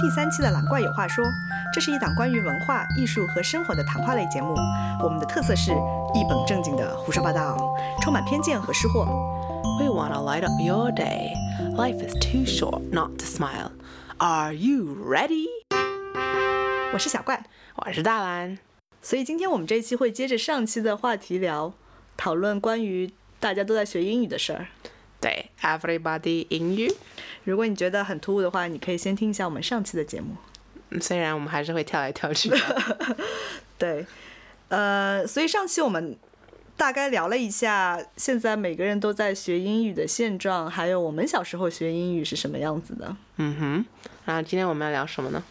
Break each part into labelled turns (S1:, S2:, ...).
S1: 第三期的《蓝怪有话说》，这是一档关于文化艺术和生活的谈话类节目。我们的特色是一本正经的胡说八道，充满偏见和失货。
S2: We want to light up your day. Life is too short not to smile. Are you ready?
S1: 我是小怪，
S2: 我是大蓝。
S1: 所以今天我们这一期会接着上期的话题聊，讨论关于大家都在学英语的事儿。
S2: 对，Everybody 英语。
S1: 如果你觉得很突兀的话，你可以先听一下我们上期的节目。
S2: 嗯虽然我们还是会跳来跳去的，
S1: 对，呃，所以上期我们大概聊了一下，现在每个人都在学英语的现状，还有我们小时候学英语是什么样子的。
S2: 嗯哼。然后今天我们要聊什么呢？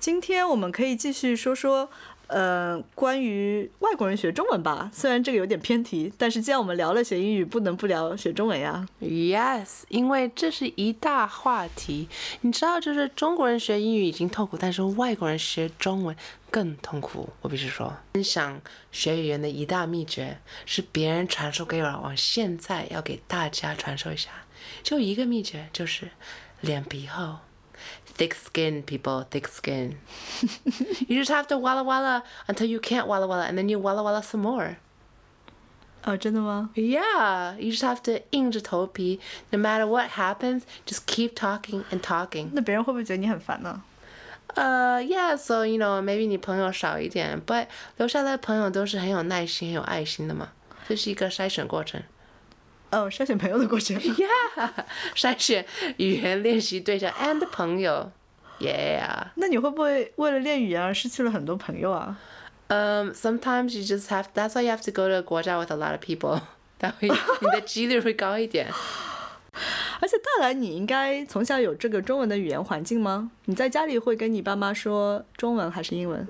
S1: 今天我们可以继续说说，呃，关于外国人学中文吧。虽然这个有点偏题，但是既然我们聊了学英语，不能不聊学中文呀。
S2: Yes，因为这是一大话题。你知道，就是中国人学英语已经痛苦，但是外国人学中文更痛苦。我必须说，分享学语言的一大秘诀是别人传授给我，我现在要给大家传授一下。就一个秘诀，就是脸皮厚。Thick skin, people. Thick skin. you just have to walla walla until you can't walla walla, and then you walla walla some more.
S1: 哦，真的吗？
S2: Yeah, you just have to 硬着头皮，no matter what happens, just keep talking and talking.
S1: 那别人会不会觉得你很烦呢？
S2: Uh, yeah, so you know, maybe 你朋友少一点，but 留下来的朋友都是很有耐心、很有爱心的嘛，这是一个筛选过程。
S1: 哦，筛选朋友的过程。
S2: Yeah，筛选语言练习对象 and 朋友。Yeah.
S1: 那你会不会为了练语言而失去了很多朋友啊？
S2: Um, sometimes you just have. That's why you have to go to 国家 with a lot of people. that way 你的几率会高一点。
S1: 而且大兰，你应该从小有这个中文的语言环境吗？你在家里会跟你爸妈说中文还是英文？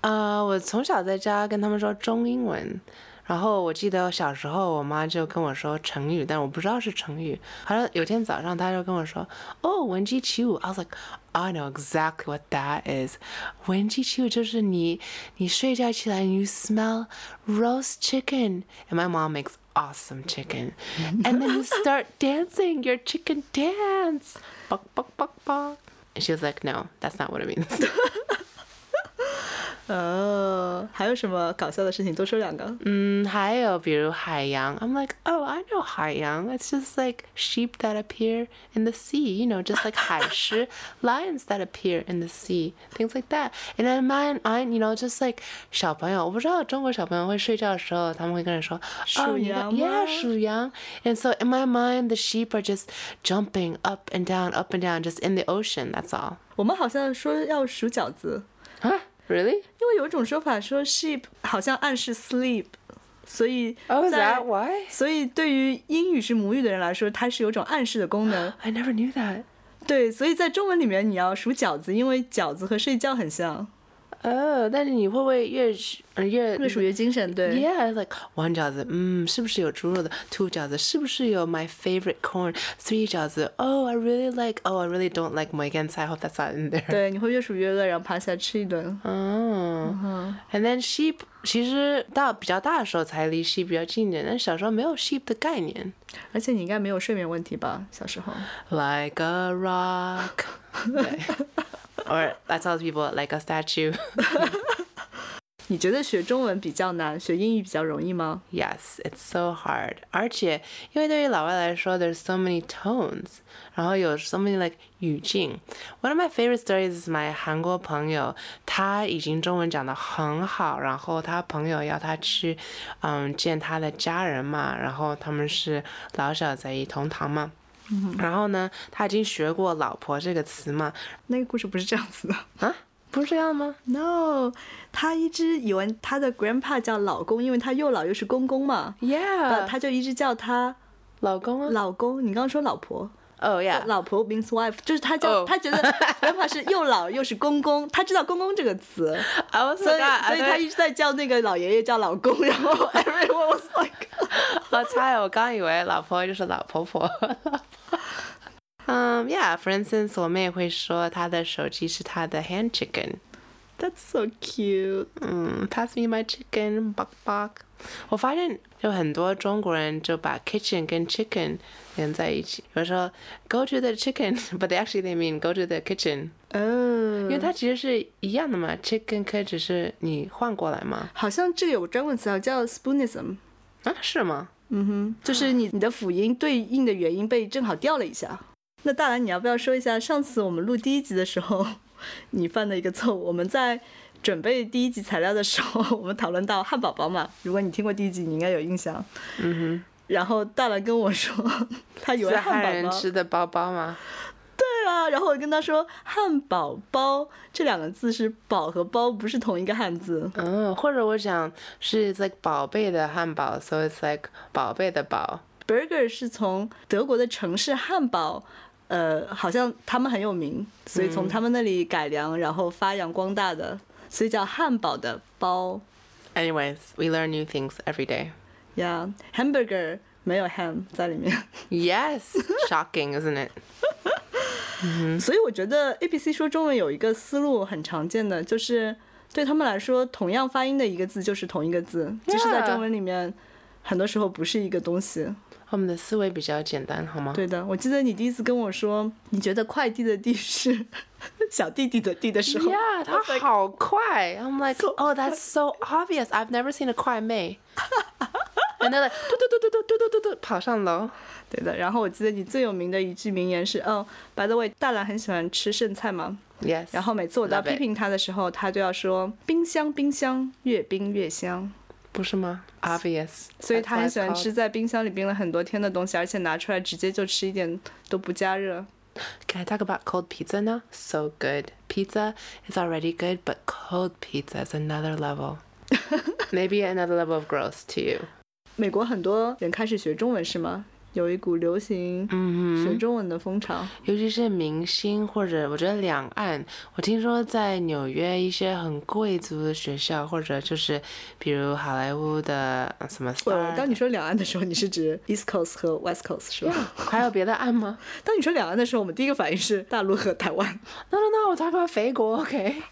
S2: 啊、我从小在家跟他们说中英文，然后我记得小时候我妈就跟我说成语，但我不知道是成语。好像有天早上她就跟我说：“哦，闻鸡起舞。” I was like, I know exactly what that is. 闻鸡起舞就是你你睡觉起来，you smell roast chicken, and my mom makes awesome chicken, and then you start dancing your chicken dance. Bok bok bok bok. And she was like, No, that's not what it means.
S1: 呃，还有什么搞笑的事情？多说两个。
S2: Mm, 嗯，还有比如海洋，I'm like, oh, I know 海洋. It's just like sheep that appear in the sea, you know, just like 海狮, lions that appear in the sea, things like that. And then mine, I, you know, just like 小朋友，我不知道中国小朋友会睡觉的时候，他们会跟人说，oh, you got-
S1: 属羊吗？
S2: yeah, 属羊. And so in my mind, the sheep are just jumping up and down, up and down, just in the ocean. That's all.
S1: 我们好像说要数饺子，
S2: Huh? Really?
S1: 因为有一种说法说 sheep 好像暗示 sleep，所以
S2: Oh, is
S1: 在
S2: that why?
S1: 所以对于英语是母语的人来说，它是有种暗示的功能。
S2: I never knew that.
S1: 对，所以在中文里面你要数饺子，因为饺子和睡觉很像，
S2: 哦，但是 Oh, 你会不会越是呃越
S1: 越数越精神。对
S2: Yeah，like one 饺子，嗯，是不是有猪肉的？Two 饺子，是不是有 my favorite corn？Three 饺子，Oh，I really like，Oh，I really don't like 梅干菜，Hope that's not in there。
S1: 对，你会越数越饿，然后爬起来吃一顿。
S2: 嗯，And then sheep，其实到比较大的时候才离 sheep 比较近一点，但小时候没有 sheep 的概念。
S1: 而且你应该没有睡眠问题吧？小时候
S2: Like a rock，对，or that tells people like a statue。
S1: 你觉得学中文比较难，学英语比较容易吗？
S2: Yes, it's so hard. 而且，因为对于老外来说，there's so many tones，然后有 so many like 语境。One of my favorite stories is my 韩国朋友，他已经中文讲得很好，然后他朋友要他去，嗯，见他的家人嘛，然后他们是老小在一同堂嘛。
S1: Mm-hmm.
S2: 然后呢，他已经学过“老婆”这个词嘛？
S1: 那个故事不是这样子的。
S2: 啊，不是这样吗？
S1: No，他一直以为他的 grandpa 叫老公，因为他又老又是公公嘛，呃
S2: Yeah，
S1: 他就一直叫他
S2: 老公啊。
S1: 老公。你刚刚说老婆，
S2: Oh yeah，
S1: 老婆 means wife，就是他叫、
S2: 哦
S1: 他觉得 grandpa 是又老 又是公公，他知道公公这个词，
S2: I was
S1: 所以
S2: like,
S1: 所以他一直在叫那个老爷爷叫老公，然后 everyone was like，
S2: 我猜，我刚以为老婆就是老婆婆。嗯、y e a h For instance，我妹会说她的手机是她的 hand chicken，
S1: That's so cute。
S2: 嗯，Pass me my chicken, buck buck。我发现就很多中国人就把 kitchen 跟 chicken 连在一起，比如说 go to the chicken，but they actually they mean go to the kitchen，因
S1: 哦，
S2: 为它其实是一样的嘛，chicken 可以只是你换过来嘛。
S1: 好像这个有个专门词啊，叫 spoonism。
S2: 啊，是吗？
S1: 嗯哼，就是你你的辅音对应的元音被正好调了一下。那大兰，你要不要说一下上次我们录第一集的时候 你犯的一个错误？我们在准备第一集材料的时候， 我们讨论到汉堡包嘛，如果你听过第一集，你应该有印象。
S2: 嗯
S1: 然后大兰跟我说， 他以
S2: 哼，
S1: 为
S2: 是
S1: 汉
S2: 汉
S1: 堡
S2: 人
S1: 包，
S2: 吃的包包吗？
S1: 对啊。然后我跟他说，汉堡包这两个字是宝和包不是同一个汉字。
S2: 嗯，或者我想是 it's like 宝贝的汉堡，so it's like 宝贝的宝。
S1: burger 是从德国的城市汉堡，呃，好像他们很有名，所以从他们那里改良，然后发扬光大的，所以叫汉堡的包
S2: Anyways, we learn new things every day.
S1: 呀。hamburger 没有 ham 在里面，
S2: Yes, shocking, isn't it?
S1: 所以我觉得 A B C 说中文有一个思路很常见的，就是对他们来说，同样发音的一个字就是同一个字，即使在
S2: Yeah
S1: 中文里面。很多时候不是一个东西，
S2: 我们的思维比较简单，好吗？
S1: 对的。我记得你第一次跟我说，你觉得快递的“递”是 小弟弟的“弟”的时候
S2: Yeah, 它好快。I'm like, oh, that's so obvious. I've never seen a 快妹。And they're like, 嘟嘟嘟嘟嘟嘟嘟嘟嘟，跑上楼。
S1: 对的，然后我记得你最有名的一句名言是，嗯、b y the way，大兰很喜欢吃剩菜嘛，
S2: Yes。
S1: 然后每次我到
S2: Love it
S1: 批评他的时候，他就要说冰箱冰箱越冰越香，
S2: 不是吗？Obvious。
S1: 所以他很喜欢吃。在冰箱里冰了很多天的东西，而且拿出来直接就吃一点都不加热。
S2: Can I talk about cold pizza now? So good. Pizza is already good, but cold pizza is another level. Maybe another level of gross to you.
S1: 美国很多人开始学中文是吗？有一股流行
S2: 嗯
S1: 学中文的风潮。
S2: 尤其是明星或者我觉得两岸，我听说在纽约一些很贵族的学校，或者就是比如好莱坞的呃什么 star，
S1: 呃，当你说两岸的时候，你是指 East Coast 和 West Coast 是吧
S2: 还有别的岸吗
S1: 当你说两岸的时候，我们第一个反应是大陆和台湾。
S2: ？No no no，我 talk about 肥 国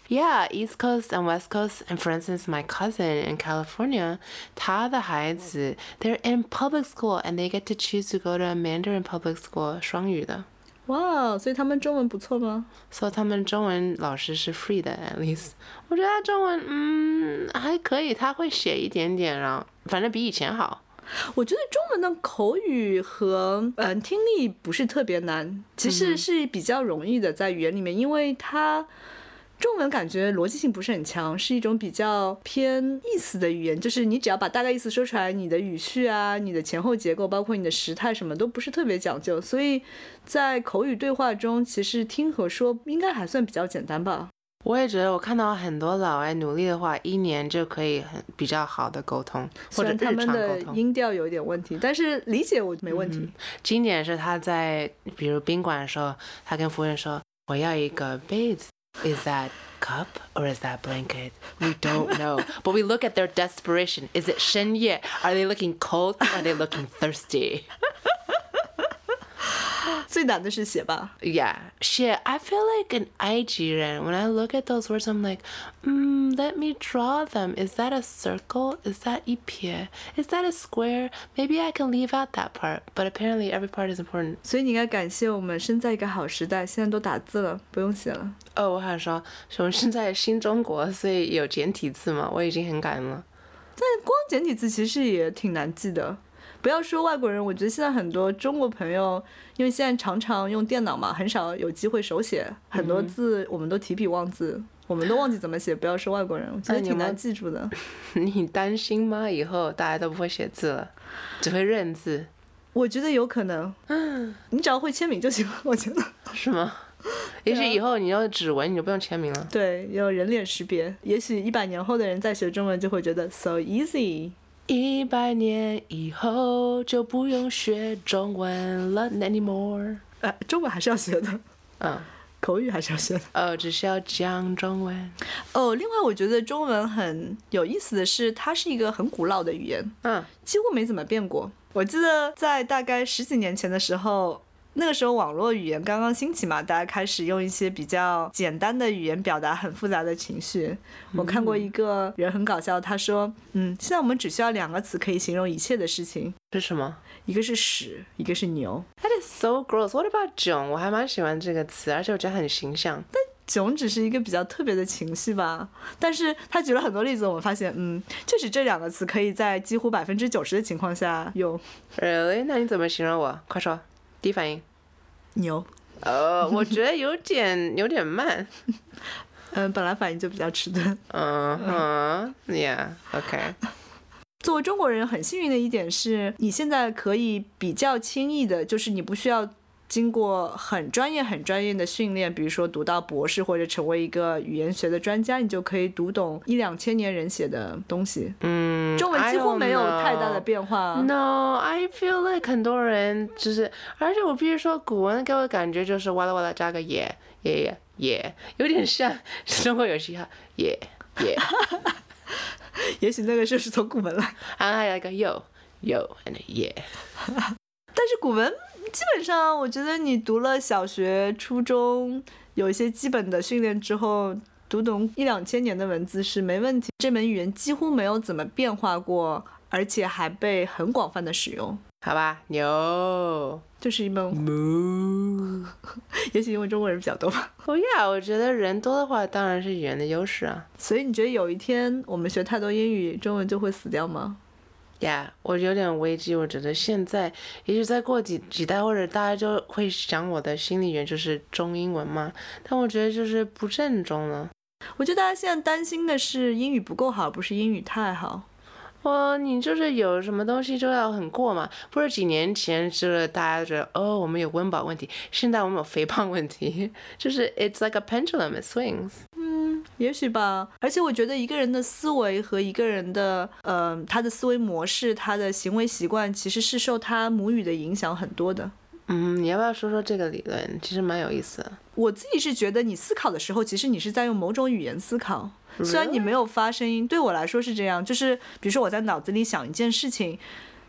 S2: ，OK？Yeah，East Coast and West Coast and for instance my cousin in California，他的孩子 they're in public school and they get to choose to go to a Mandarin public school 双语的，
S1: 哇、所以他们中文不错吗？
S2: 所以他们中文老师是 free 的，at least。我觉得他中文嗯还可以，他会写一点点，然后反正比以前好。
S1: 我觉得中文的口语和嗯、呃听力不是特别难，其
S2: 嗯
S1: 实是比较容易的，在语言里面，因为它中文感觉逻辑性不是很强，是一种比较偏意思的语言，就是你只要把大概意思说出来，你的语序啊、你的前后结构，包括你的时态什么都不是特别讲究，所以在口语对话中，其实听和说应该还算比较简单吧。
S2: 我也觉得，我看到很多老外努力的话，一年就可以很比较好的沟通，或
S1: 虽
S2: 者
S1: 然他
S2: 日
S1: 们
S2: 常沟
S1: 的
S2: 通。
S1: 音调有一点问题，但是理解我没问题。
S2: 经典是他在比如宾馆的时候，他跟服务员说：“我要一个被子。” Is that cup or is that blanket? We don't know, but we look at their desperation. Is it 深夜 Are they looking cold? Or are they looking thirsty?
S1: 最难的是写吧。
S2: Yeah, shit. I feel like an IG ran. When I look at those words, I'm like, mm, let me draw them. Is that a circle? Is that 一撇? Is that a square? Maybe I can leave out that part, but apparently every part is important.
S1: 所以你应该感谢我们生在一个好时代，现在都打字了，不用写了。
S2: 哦，我还说，我们是在新中国，所以有简体字嘛，我已经很感恩了。
S1: 但光简体字其实也挺难记的。不要说外国人，我觉得现在很多中国朋友，因为现在常常用电脑嘛，很少有机会手写，很多字我们都提笔忘字，我们都忘记怎么写。不要说外国人，我觉
S2: 那
S1: 得
S2: 你有
S1: 挺
S2: 没有
S1: 难记住的。
S2: 你担心吗？以后大家都不会写字了，只会认字，
S1: 我觉得有可能，你只要会签名就行了。我觉得，
S2: 是吗？也许以后你用指纹，你就不用签名了。
S1: 对，有人脸识别，也许一百年后的人在学中文就会觉得 so easy。
S2: 一百年以后就不用学中文了 anymore。
S1: 呃，中文还是要学的，
S2: 嗯，
S1: 口语还是要学的。
S2: 哦，只是要讲中文。
S1: 哦，另外我觉得中文很有意思的是，它是一个很古老的语言，
S2: 嗯，
S1: 几乎没怎么变过。我记得在大概十几年前的时候，那个时候网络语言刚刚兴起嘛，大家开始用一些比较简单的语言表达很复杂的情绪。我看过一个人很搞笑，他说：“嗯，现在我们只需要两个词可以形容一切的事情，
S2: 是什么
S1: 一个是屎，一个是牛。
S2: ？That is so gross. What about 囧？我还蛮喜欢这个词，而且我觉得很形象。
S1: 囧只是一个比较特别的情绪吧，但是他举了很多例子，我们发现，嗯，就是这两个词可以在几乎百分之九十的情况下用
S2: Really？那你怎么形容我？快说，第一反应。
S1: 牛。
S2: 呃，我觉得有点有点慢。
S1: 嗯，本来反应就比较迟钝。
S2: 嗯哼，Yeah，OK。
S1: 作为中国人，很幸运的一点是，你现在可以比较轻易的，就是你不需要经过很专业、很专业的训练，比如说读到博士或者成为一个语言学的专家，你就可以读懂一两千年人写的东西。
S2: 嗯，
S1: 中文
S2: I
S1: 几乎
S2: don't
S1: 没有太大
S2: know
S1: 的变化。
S2: No, I feel like 很多人就是，而且我必须说，古文给我的感觉就是哇啦哇啦加个耶耶耶耶，有点像中国有嘻哈耶耶，
S1: 也许那个就是从古文来。
S2: 然后还有一个 yo yo and yeah。
S1: 但是古文基本上，我觉得你读了小学、初中，有一些基本的训练之后，读懂一两千年的文字是没问题。这门语言几乎没有怎么变化过，而且还被很广泛的使用，
S2: 好吧，牛
S1: 就是一门，
S2: moo。
S1: 也许因为中国人比较多吧。
S2: 哦呀，我觉得人多的话，当然是语言的优势啊。
S1: 所以你觉得有一天我们学太多英语，中文就会死掉吗？
S2: 呀、yeah,，我有点危机。我觉得现在，也许再过几几代，或者大家就会想我的新语言就是中英文嘛。但我觉得就是不正宗了。
S1: 我觉得大家现在担心的是英语不够好，不是英语太好。
S2: 哦，你就是有什么东西就要很过嘛，不是几年前就是大家觉得哦，我们有温饱问题，现在我们有肥胖问题， 就是 it's like a pendulum it swings。
S1: 也许吧，而且我觉得一个人的思维和一个人的，嗯、他的思维模式、他的行为习惯，其实是受他母语的影响很多的。
S2: 嗯，你要不要说说这个理论？其实蛮有意思的。
S1: 我自己是觉得，你思考的时候，其实你是在用某种语言思考，虽然你没有发声音。对我来说是这样，就是比如说我在脑子里想一件事情，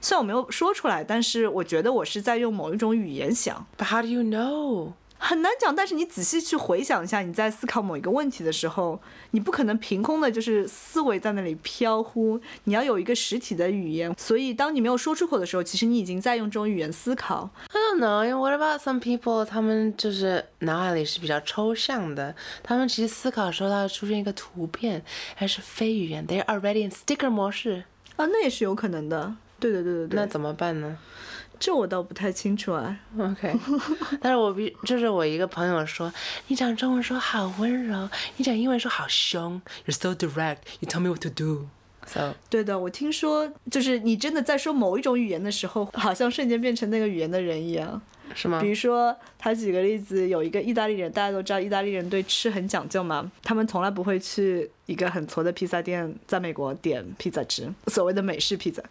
S1: 虽然我没有说出来，但是我觉得我是在用某一种语言想。
S2: But how do you know？
S1: 很难讲，但是你仔细去回想一下，你在思考某一个问题的时候，你不可能凭空的，就是思维在那里飘忽，你要有一个实体的语言。所以，当你没有说出口的时候，其实你已经在用这种语言思考。
S2: I don't know. and What about some people？他们就是脑海里是比较抽象的，他们其实思考的时候，它会出现一个图片，还是非语言，they are already in sticker 模式。
S1: 啊，那也是有可能的。对对对对
S2: 那
S1: 对，
S2: 怎么办呢？
S1: 这我倒不太清楚啊。
S2: OK，但 是我必就是我一个朋友说，你讲中文说好温柔，你讲英文说好凶，You're so direct, you tell me what to do。So
S1: 对的，我听说，就是你真的在说某一种语言的时候，好像瞬间变成那个语言的人一样。
S2: 是吗
S1: 比？如说，他举个例子，有一个意大利人，大家都知道意大利人对吃很讲究嘛，他们从来不会去一个很挫的披萨店，在美国点披萨吃，所谓的美式披萨。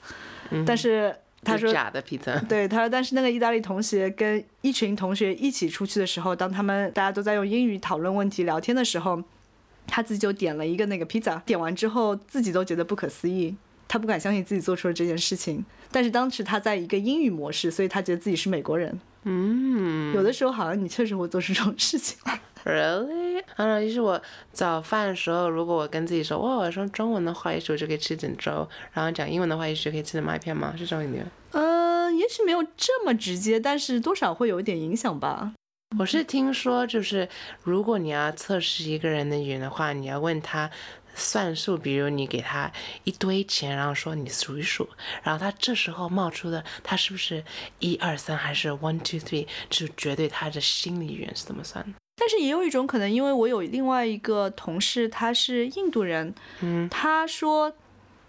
S1: 但是他
S2: 就
S1: 说，
S2: 假的披萨。
S1: 对，他说，但是那个意大利同学跟一群同学一起出去的时候，当他们大家都在用英语讨论问题、聊天的时候，他自己就点了一个那个披萨，点完之后自己都觉得不可思议。他不敢相信自己做出了这件事情，但是当时他在一个英语模式，所以他觉得自己是美国人。
S2: 嗯
S1: 有的时候好像你确实会做出这种事情。
S2: ，Really？啊，就是我早饭的时候，如果我跟自己说，哇，我说中文的话，也许我就可以吃点粥，然后讲英文的话，也许可以吃点麦片吗？是这种理论。
S1: 呃，也许没有这么直接，但是多少会有一点影响吧。
S2: 我是听说，就是如果你要测试一个人的语言的话，你要问他算术，比如你给他一堆钱，然后说你数一数，然后他这时候冒出的，他是不是一二三还是 one two three，就绝对他的心理语言是怎么算的。
S1: 但是也有一种可能，因为我有另外一个同事，他是印度人，
S2: 嗯，
S1: 他说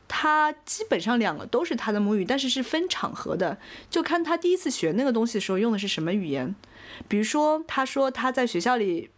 S1: 他基本上两个都是他的母语，但是是分场合的，就看他第一次学那个东西的时候用的是什么语言。比如说，他说他在学校里。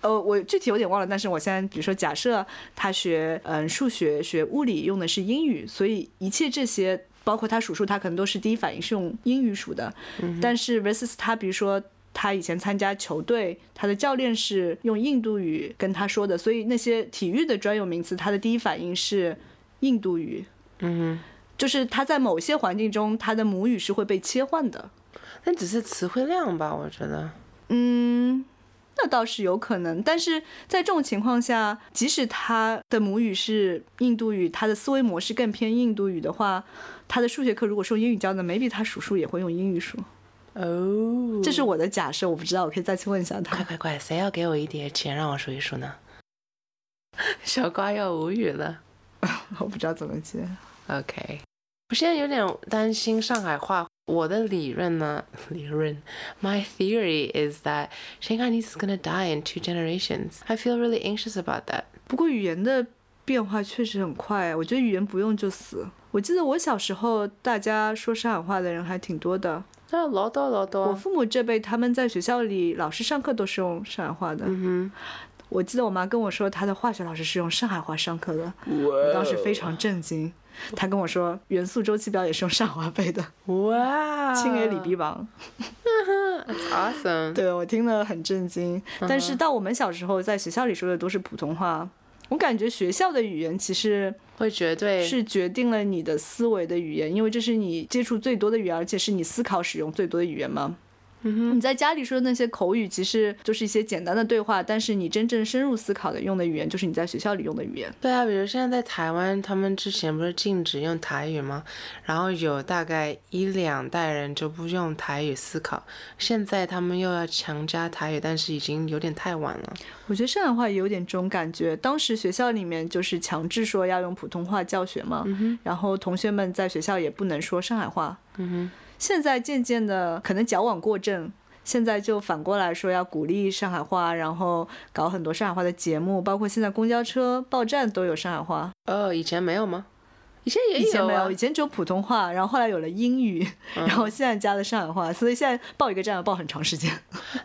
S1: 呃，我具体有点忘了，但是我现在比如说，假设他学嗯数学、学物理用的是英语，所以一切这些，包括他数数，他可能都是第一反应是用英语数的。但是 versus 他，比如说他以前参加球队，他的教练是用印度语跟他说的，所以那些体育的专有名词，他的第一反应是印度语。
S2: 嗯
S1: 就是他在某些环境中，他的母语是会被切换的。
S2: 但只是词汇量吧，我觉得。
S1: 嗯，那倒是有可能，但是在这种情况下，即使他的母语是印度语，他的思维模式更偏印度语的话，他的数学课如果是用英语教的，maybe 他数数也会用英语数。
S2: 哦，
S1: 这是我的假设，我不知道，我可以再去问一下他
S2: 快。快快，谁要给我一叠钱让我数一数 呢？小瓜要无语了。
S1: 我不知道怎么接。
S2: OK，我现在有点担心上海话。我的理论呢？ 理论，My theory is that Shanghai is gonna die in two generations. I feel really anxious about that.
S1: 不过语言的变化确实很快，我觉得语言不用就死。我记得我小时候，大家说上海话的人还挺多的。
S2: 那老多老
S1: 我
S2: 多，
S1: 父母这辈，他们在学校里，老师上课都是用上海话的。
S2: 嗯
S1: 我记得我妈跟我说，她的化学老师是用上海话上课的，
S2: 哼，
S1: 我
S2: 我
S1: 当时非常震惊。她跟我说，元素周期表也是用上海话背的，《
S2: 哇，
S1: 青野李臂王》
S2: That's awesome，
S1: 对我听了很震惊。但是到我们小时候，在学校里说的都是普通话。我感觉学校的语言其实
S2: 会绝对
S1: 是决定了你的思维的语言，因为这是你接触最多的语言，而且是你思考使用最多的语言嘛。你在家里说的那些口语，其实就是一些简单的对话，但是你真正深入思考的用的语言，就是你在学校里用的语言。
S2: 对啊，比如现在在台湾，他们之前不是禁止用台语吗？然后有大概一两代人就不用台语思考，现在他们又要强加台语，但是已经有点太晚了。
S1: 我觉得上海话也有点这种感觉。当时学校里面就是强制说要用普通话教学嘛，
S2: 嗯
S1: 然后同学们在学校也不能说上海话。
S2: 嗯
S1: 现在渐渐的，可能矫枉过正。现在就反过来说要鼓励上海话，然后搞很多上海话的节目，包括现在公交车报站都有上海话。
S2: 哦，以前没有吗？以前也
S1: 以前
S2: 有
S1: 没
S2: 啊嗯
S1: 有，以。前只有普通话，然后后来有了英语，然后现在加了上海话，所以现在报一个站要报很长时间。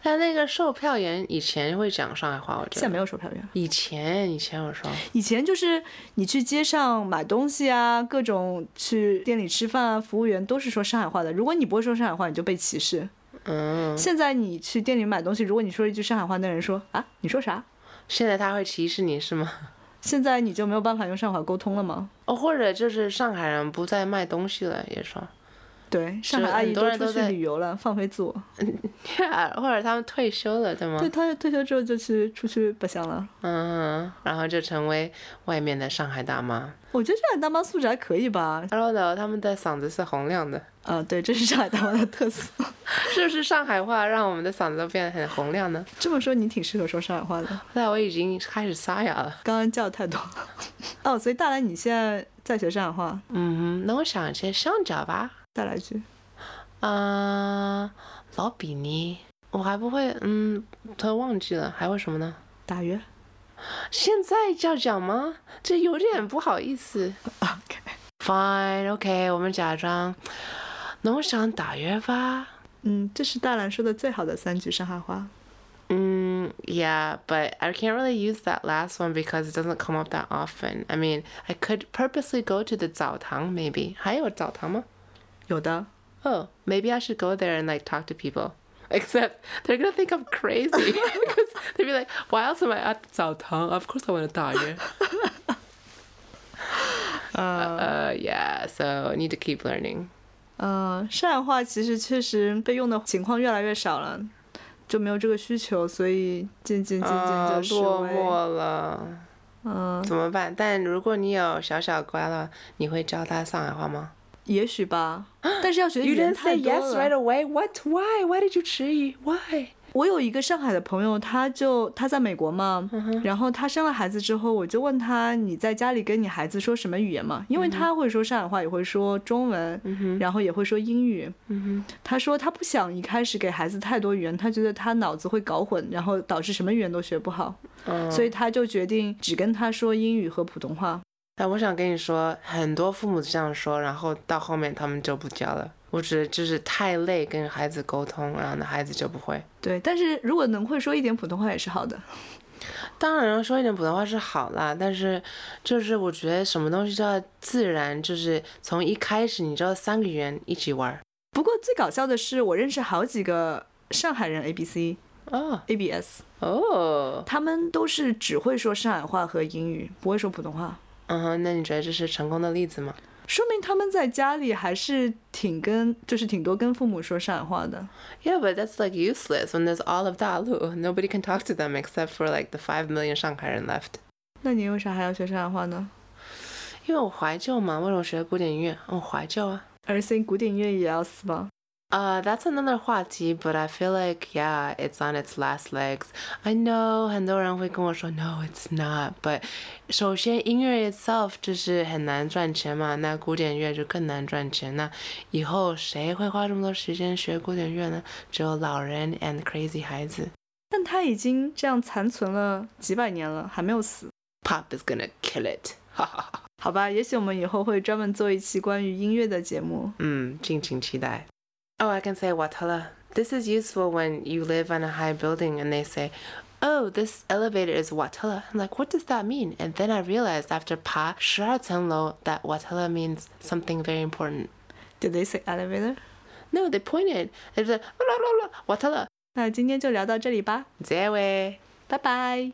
S2: 但那个售票员以前会讲上海话，我觉
S1: 现在
S2: 得。
S1: 没有售票员。
S2: 以前以前我说，
S1: 以前就是你去街上买东西啊，各种去店里吃饭啊，服务员都是说上海话的。如果你不会说上海话，你就被歧视。
S2: 嗯，
S1: 现在你去店里买东西，如果你说一句上海话，那人说啊，你说啥？
S2: 现在他会歧视你是吗？
S1: 现在你就没有办法用上海话沟通了吗？
S2: 哦，或者就是上海人不再卖东西了，也说，
S1: 对，上海
S2: 是
S1: 阿姨
S2: 很多人
S1: 出
S2: 都
S1: 去
S2: 在
S1: 旅游了，放飞自我。
S2: 或者他们退休了，对吗？
S1: 对，她退休之后就去出去不乡了。
S2: 嗯，然后就成为外面的上海大妈。
S1: 我觉得上海大妈素质还可以吧。
S2: Hello 的，他们的嗓子是洪亮的，
S1: 啊，对，这是上海大妈的特色。
S2: 是不是上海话让我们的嗓子都变得很洪亮呢？
S1: 这么说你挺适合说上海话的，
S2: 但我已经开始沙哑了。
S1: 刚刚叫太多了。哦，所以大来你现在在学上海话，
S2: 嗯，那我想一些香蕉吧。
S1: 再来一句。
S2: 嗯，老比尼，我还不会，嗯，突然忘记了，还会什么呢？
S1: 大约
S2: 现在就要讲吗？这有点不好意思。
S1: ，OK，
S2: Fine，OK，、我们假装。那我想打约吧。
S1: 嗯，这是大兰说的最好的三句上海话。
S2: Mm, yeah, but I can't really use that last one because it doesn't come up that often. I mean, I could purposely go to the 澡堂 maybe. 还有澡堂吗？
S1: 有的，
S2: Oh, maybe I should go there and like talk to people. Except they're gonna think I'm crazy because they'd be like, "Why else am I at the 澡堂?" Of course, I want to die. here." uh, yeah. So I need to keep learning.
S1: 嗯、上海话其实确实被用的情况越来越少了，就没有这个需求，所以渐渐渐渐就式
S2: 呃落
S1: 微。
S2: 寞了。
S1: 嗯，
S2: 怎么办？但如果你有小小乖了，你会教他上海话吗
S1: 也许吧，但是要学的语
S2: ？You
S1: 言
S2: didn't
S1: 太
S2: say
S1: 多
S2: yes
S1: 了。
S2: right away. What? Why? Why did you 迟疑？Why?
S1: 我有一个上海的朋友，他就他在美国嘛，然后他生了孩子之后，我就问他你在家里跟你孩子说什么语言嘛？因为他会说上海话，也会说中文，然后也会说英语。他说他不想一开始给孩子太多语言，他觉得他脑子会搞混，然后导致什么语言都学不好，
S2: 嗯
S1: 所以他就决定只跟他说英语和普通话。
S2: 但我想跟你说，很多父母这样说，然后到后面他们就不教了。我觉得就是太累跟孩子沟通，然后呢孩子就不会。
S1: 对，但是如果能会说一点普通话也是好的。
S2: 当然说一点普通话是好啦，但是就是我觉得什么东西都要自然，就是从一开始你知道三个语言一起玩儿。
S1: 不过最搞笑的是，我认识好几个上海人 A B C
S2: 哦
S1: A B S。
S2: 哦，
S1: 他们都是只会说上海话和英语，不会说普通话。
S2: Uh-huh, 嗯哼，那你觉得这是成功的例子吗？
S1: 说明他们在家里还是挺跟，就是挺多跟父母说上海话的。
S2: Yeah, but that's like useless when there's all of Dalu. Nobody can talk to them except for like the five million Shanghaian left.
S1: 那你为啥还要学上海话呢？
S2: 因为我怀旧嘛，为什么学古典音乐？我怀旧啊。
S1: 而且古典乐也要死吧？
S2: Uh, that's another 话题, but I feel like, yeah, it's on its last legs. I know 很多人会跟我说, no, it's not, but 首先音乐 itself 就是很难赚钱嘛，那古典乐就更难赚钱。那以后谁会花这么多时间学古典乐呢？只有老人 and crazy 孩子。
S1: 但他已经这样残存了几百年了，还没有死。
S2: Pop is gonna kill it.
S1: 好吧，也许我们以后会专门做一期关于音乐的节目。
S2: Mm, 嗯，敬请期待。Oh, I can say Watala. This is useful when you live on a high building and they say, Oh, this elevator is Watala. I'm like, what does that mean? And then I realized after Pa Shiratenlo that Watala means something very important.
S1: Did they say elevator？
S2: No, they "Oh, pointed. It was like, "La, la, la, Watala.
S1: 那今天就聊到这里吧，
S2: Zewe.
S1: 拜拜。